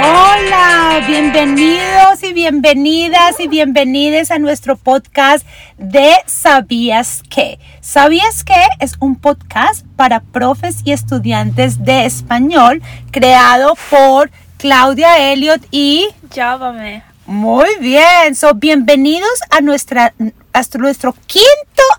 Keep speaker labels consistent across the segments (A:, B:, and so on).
A: Hola, bienvenidos y bienvenidas y bienvenides a nuestro podcast de ¿Sabías qué? ¿Sabías qué? Es un podcast para profes y estudiantes de español creado por Claudia Elliot y
B: Llámame.
A: muy bien. So, bienvenidos a nuestra a nuestro quinto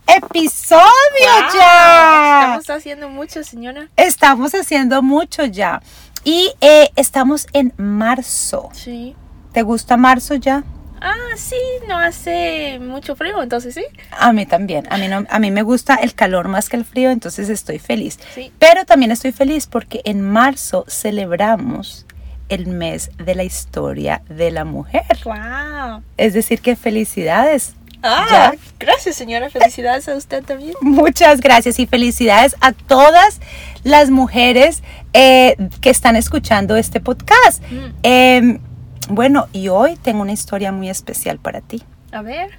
A: episodio
B: Wow,
A: ya.
B: Estamos haciendo mucho, señora.
A: Estamos haciendo mucho ya. Y eh, estamos en marzo.
B: Sí.
A: ¿Te gusta marzo ya?
B: Ah, sí, no hace mucho frío, entonces sí.
A: A mí también. A mí, no, a mí me gusta el calor más que el frío, entonces estoy feliz.
B: Sí.
A: Pero también estoy feliz porque en marzo celebramos el mes de la historia de la mujer.
B: Wow.
A: Es decir, que felicidades.
B: Ah, gracias, señora. Felicidades a usted también.
A: Muchas gracias y felicidades a todas las mujeres eh, que están escuchando este podcast.
B: Mm.
A: Eh, bueno, y hoy tengo una historia muy especial para ti.
B: A ver.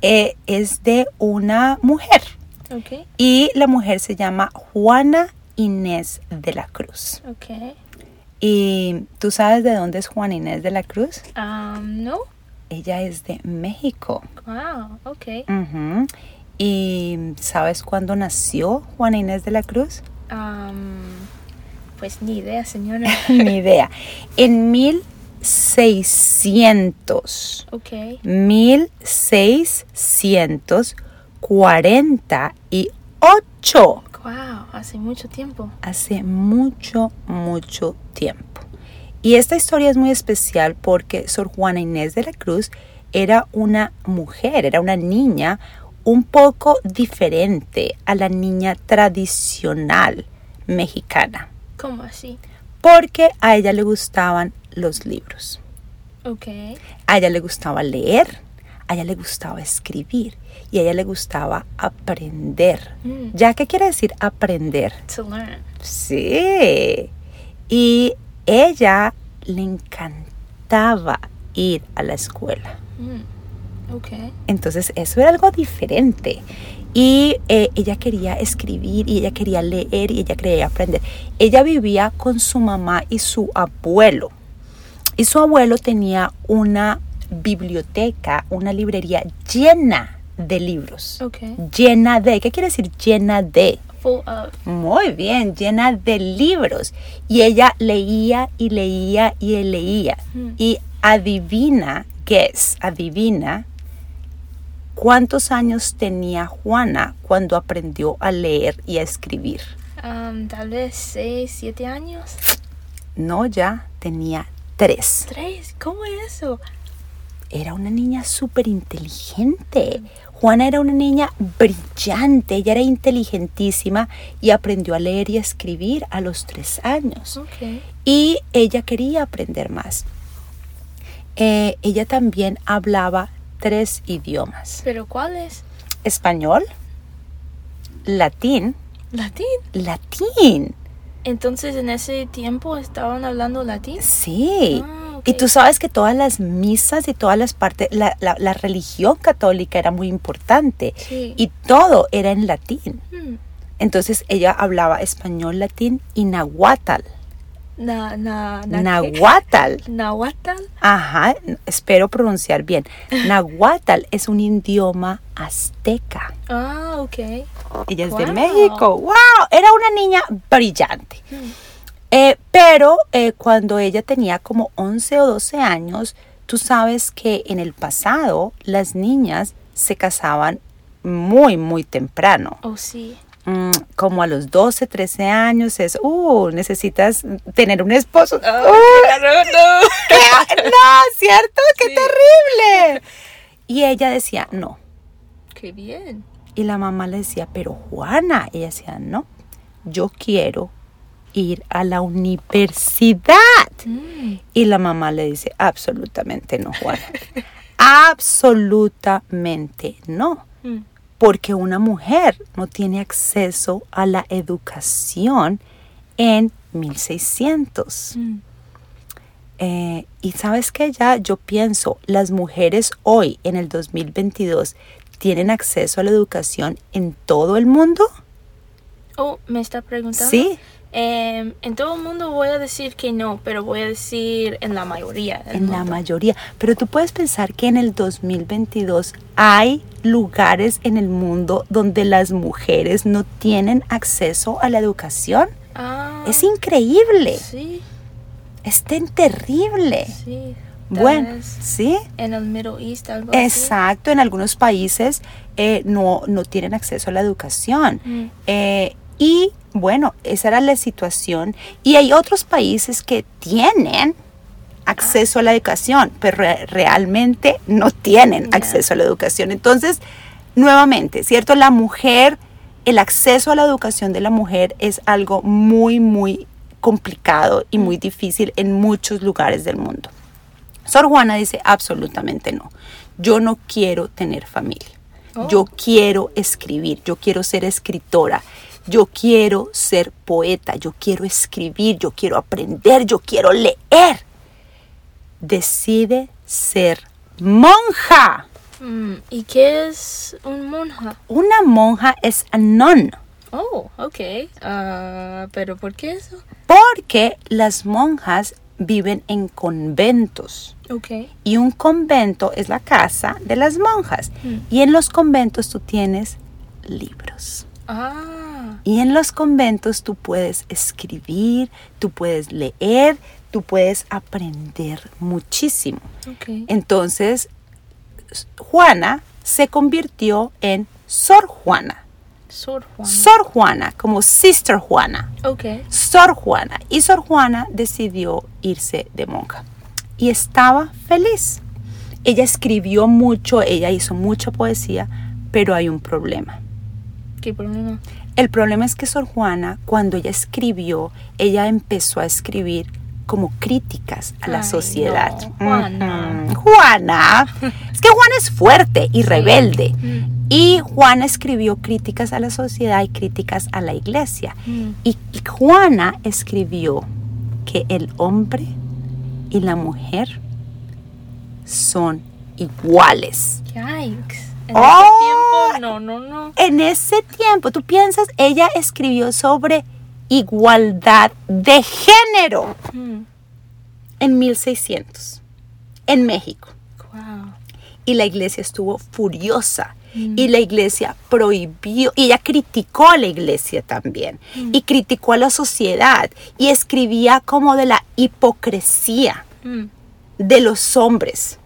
A: Eh, es de una mujer
B: Ok,
A: y la mujer se llama Juana Inés de la Cruz.
B: ok.
A: ¿Y tú sabes de dónde es Juana Inés de la Cruz?
B: Ah, no.
A: Ella es de México.
B: Wow, ok.
A: Ujú. ¿Y sabes cuándo nació Juana Inés de la Cruz?
B: Am, pues ni idea, señora.
A: Ni idea. En 1600.
B: ok.
A: 1648.
B: Wow, hace mucho tiempo.
A: Hace mucho, mucho tiempo. Y esta historia es muy especial porque Sor Juana Inés de la Cruz era una mujer, era una niña un poco diferente a la niña tradicional mexicana,
B: ¿Cómo así?
A: porque a ella le gustaban los libros.
B: Ok.
A: A ella le gustaba leer, a ella le gustaba escribir y a ella le gustaba aprender.
B: Mm.
A: ¿Ya qué quiere decir aprender?
B: To learn.
A: Sí. Y ella le encantaba ir a la escuela.
B: Mm. Ok.
A: Entonces eso era algo diferente. Y eh, ella quería escribir y ella quería leer y ella quería aprender. Ella vivía con su mamá y su abuelo. Y su abuelo tenía una biblioteca, una librería llena de libros.
B: Ok.
A: Llena de, ¿qué quiere decir llena de?
B: Full of.
A: Muy bien, llena de libros. Y ella leía y leía y leía.
B: Mm.
A: Y adivina, guess, adivina cuántos años tenía Juana cuando aprendió a leer y a escribir.
B: am, tal vez 6, 7 años.
A: No, ya tenía tres.
B: Tres, ¿cómo es eso?
A: Era una niña súper inteligente. Juana era una niña brillante, ella era inteligentísima y aprendió a leer y a escribir a los tres años.
B: Ok.
A: y ella quería aprender más. Eh, ella también hablaba tres idiomas,
B: ¿Pero cuál es?
A: español, latín,
B: ¿Latín?
A: latín,
B: Entonces en ese tiempo estaban hablando latín.
A: sí.
B: Ah,
A: Y
B: ok.
A: tú sabes que todas las misas y todas las partes, la, la- la religión católica era muy importante
B: Sí.
A: y todo era en latín.
B: Hmm.
A: Entonces ella hablaba español, latín y nahuatl.
B: Na, na, na-
A: Nahuatl.
B: Nahuatl.
A: Ajá, espero pronunciar bien. Nahuatl es un idioma azteca.
B: Ah, ok.
A: Ella es de
B: Wow.
A: México. ¡Wow! Era una niña brillante. Eh, pero eh, cuando ella tenía como 11 o 12 años, tú sabes que en el pasado las niñas se casaban muy, muy temprano.
B: Oh, sí.
A: Mm, como a los 12, 13 años es, uh, necesitas tener un esposo. Uh, ¿Qué? No, ¿cierto? ¡Qué
B: Sí.
A: terrible! Y ella decía, no.
B: Qué bien.
A: Y la mamá le decía, pero Juana, y ella decía, no, yo quiero ir a la universidad.
B: Mm.
A: Y la mamá le dice, absolutamente no, Juana. absolutamente no.
B: Mm.
A: Porque una mujer no tiene acceso a la educación en 1600.
B: Mm.
A: Eh, y sabes que ya yo pienso, las mujeres hoy en el 2022 tienen acceso a la educación en todo el mundo
B: Oh, me está preguntando.
A: Sí.
B: Em, en todo el mundo voy a decir que no, pero voy a decir en la mayoría. del
A: En la
B: mundo.
A: mayoría. Pero tú puedes pensar que en el 2022 hay lugares en el mundo donde las mujeres no tienen acceso a la educación.
B: Ah,
A: Es increíble.
B: Sí,
A: Es tan terrible.
B: sí. tal
A: Bueno,
B: vez
A: ¿sí?
B: En el Middle East, algo así.
A: Exacto, en algunos países eh, no, no tienen acceso a la educación.
B: Mm.
A: Eh, y bueno, esa era la situación. Y hay otros países que tienen acceso a la educación, pero re- realmente no tienen
B: Ya.
A: acceso a la educación. Entonces, nuevamente, ¿cierto? La mujer, el acceso a la educación de la mujer es algo muy, muy complicado y
B: Mm.
A: muy difícil en muchos lugares del mundo. Sor Juana dice, absolutamente no. Yo no quiero tener familia.
B: Oh.
A: Yo quiero escribir, yo quiero ser escritora, yo quiero ser poeta, yo quiero escribir, yo quiero aprender, yo quiero leer. Decide ser monja.
B: Mm, ¿Y qué es un monja?
A: Una monja es a nun,
B: Oh, ok. Ah, ¿Pero por qué eso?
A: porque las monjas viven en conventos.
B: Ok.
A: y un convento es la casa de las monjas.
B: Mm.
A: Y en los conventos tú tienes libros.
B: Ah,
A: Y en los conventos tú puedes escribir, tú puedes leer, tú puedes aprender muchísimo.
B: ok.
A: Entonces, S- Juana se convirtió en Sor Juana.
B: Sor Juana.
A: Sor Juana, como Sister Juana.
B: ok.
A: Sor Juana. Y Sor Juana decidió irse de monja. Y estaba feliz. Ella escribió mucho, ella hizo mucha poesía, pero hay un problema.
B: ¿Qué problema?
A: El problema es que Sor Juana, cuando ella escribió, ella empezó a escribir como críticas a la
B: Ay,
A: sociedad.
B: no, Juana.
A: Ujú. Juana. Es que Juana es fuerte y rebelde.
B: Mm,
A: Y Juana escribió críticas a la sociedad y críticas a la iglesia.
B: mm.
A: Y Juana escribió que el hombre y la mujer son iguales.
B: Yikes. En
A: Oh.
B: ese tiempo, no, no, no.
A: En ese tiempo, tú piensas, ella escribió sobre igualdad de género
B: Mm,
A: en 1600, en México.
B: Wow.
A: y la iglesia estuvo furiosa
B: Mm.
A: y la iglesia prohibió y ella criticó a la iglesia también y criticó a la sociedad y escribía como de la hipocresía
B: Mm,
A: de los hombres.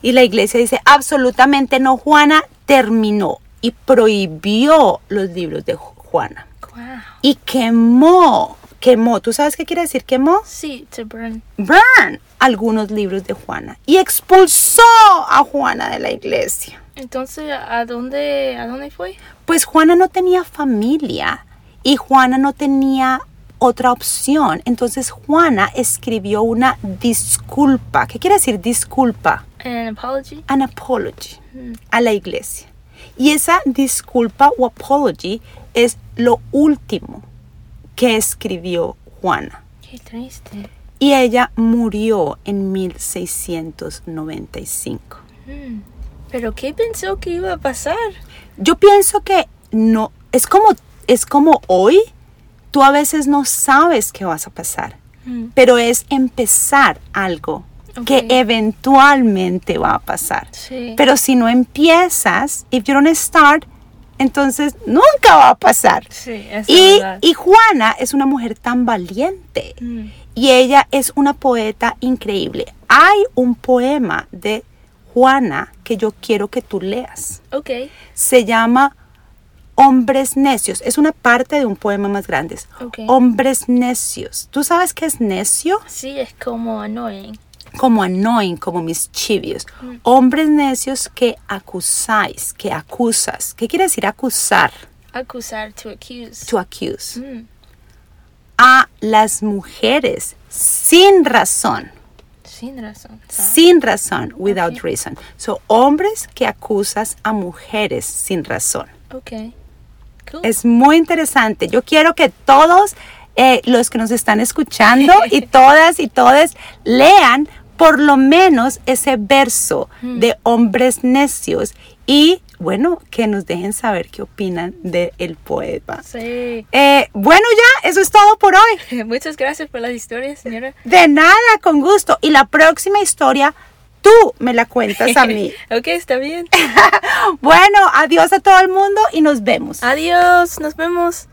A: Y la iglesia dice, absolutamente no, Juana terminó y prohibió los libros de Ju- Juana
B: Wow.
A: y quemó, quemó, ¿tú sabes qué quiere decir quemó?
B: Sí, to burn.
A: burn algunos libros de Juana y expulsó a Juana de la iglesia.
B: Entonces, ¿a dónde, a dónde fue?
A: Pues Juana no tenía familia y Juana no tenía otra opción. Entonces Juana escribió una disculpa. ¿Qué quiere decir disculpa?
B: An apology.
A: An apology
B: Mm.
A: a la iglesia. Y esa disculpa o apology es lo último que escribió Juana.
B: Qué triste.
A: Y ella murió en 1695.
B: Mm, Pero ¿qué pensó que iba a pasar?
A: Yo pienso que no, es como, es como hoy, tú a veces no sabes qué vas a pasar,
B: Mm,
A: pero es empezar algo
B: Ok.
A: que eventualmente va a pasar.
B: Sí.
A: Pero si no empiezas, if you don't start, entonces nunca va a pasar.
B: sí, es
A: Y,
B: verdad.
A: y Juana es una mujer tan valiente
B: Mm,
A: y ella es una poeta increíble. Hay un poema de Juana que yo quiero que tú leas
B: Ok.
A: se llama Hombres Necios. Es una parte de un poema más grande.
B: Ok.
A: Hombres Necios. ¿Tú sabes qué es necio?
B: Sí, es como annoying.
A: Como annoying, como mischievous.
B: Mm.
A: Hombres necios que acusáis, que acusas. ¿Qué quiere decir acusar?
B: Acusar, to accuse.
A: To accuse.
B: Mm,
A: A las mujeres sin razón.
B: Sin razón. Ah, ¿sabes?
A: Sin razón, without
B: Ok.
A: reason. So, hombres que acusas a mujeres sin razón.
B: Ok. Cool.
A: Es muy interesante. Yo quiero que todos eh, los que nos están escuchando y todas y todes lean por lo menos ese verso de hombres necios Y bueno, que nos dejen saber qué opinan del el poema.
B: Sí.
A: Eh, bueno, ya, eso es todo por hoy.
B: Muchas gracias por las historias, señora.
A: De nada, con gusto. Y la próxima historia, tú me la cuentas a mí.
B: ok, está bien.
A: bueno, adiós a todo el mundo y nos vemos.
B: Adiós, nos vemos.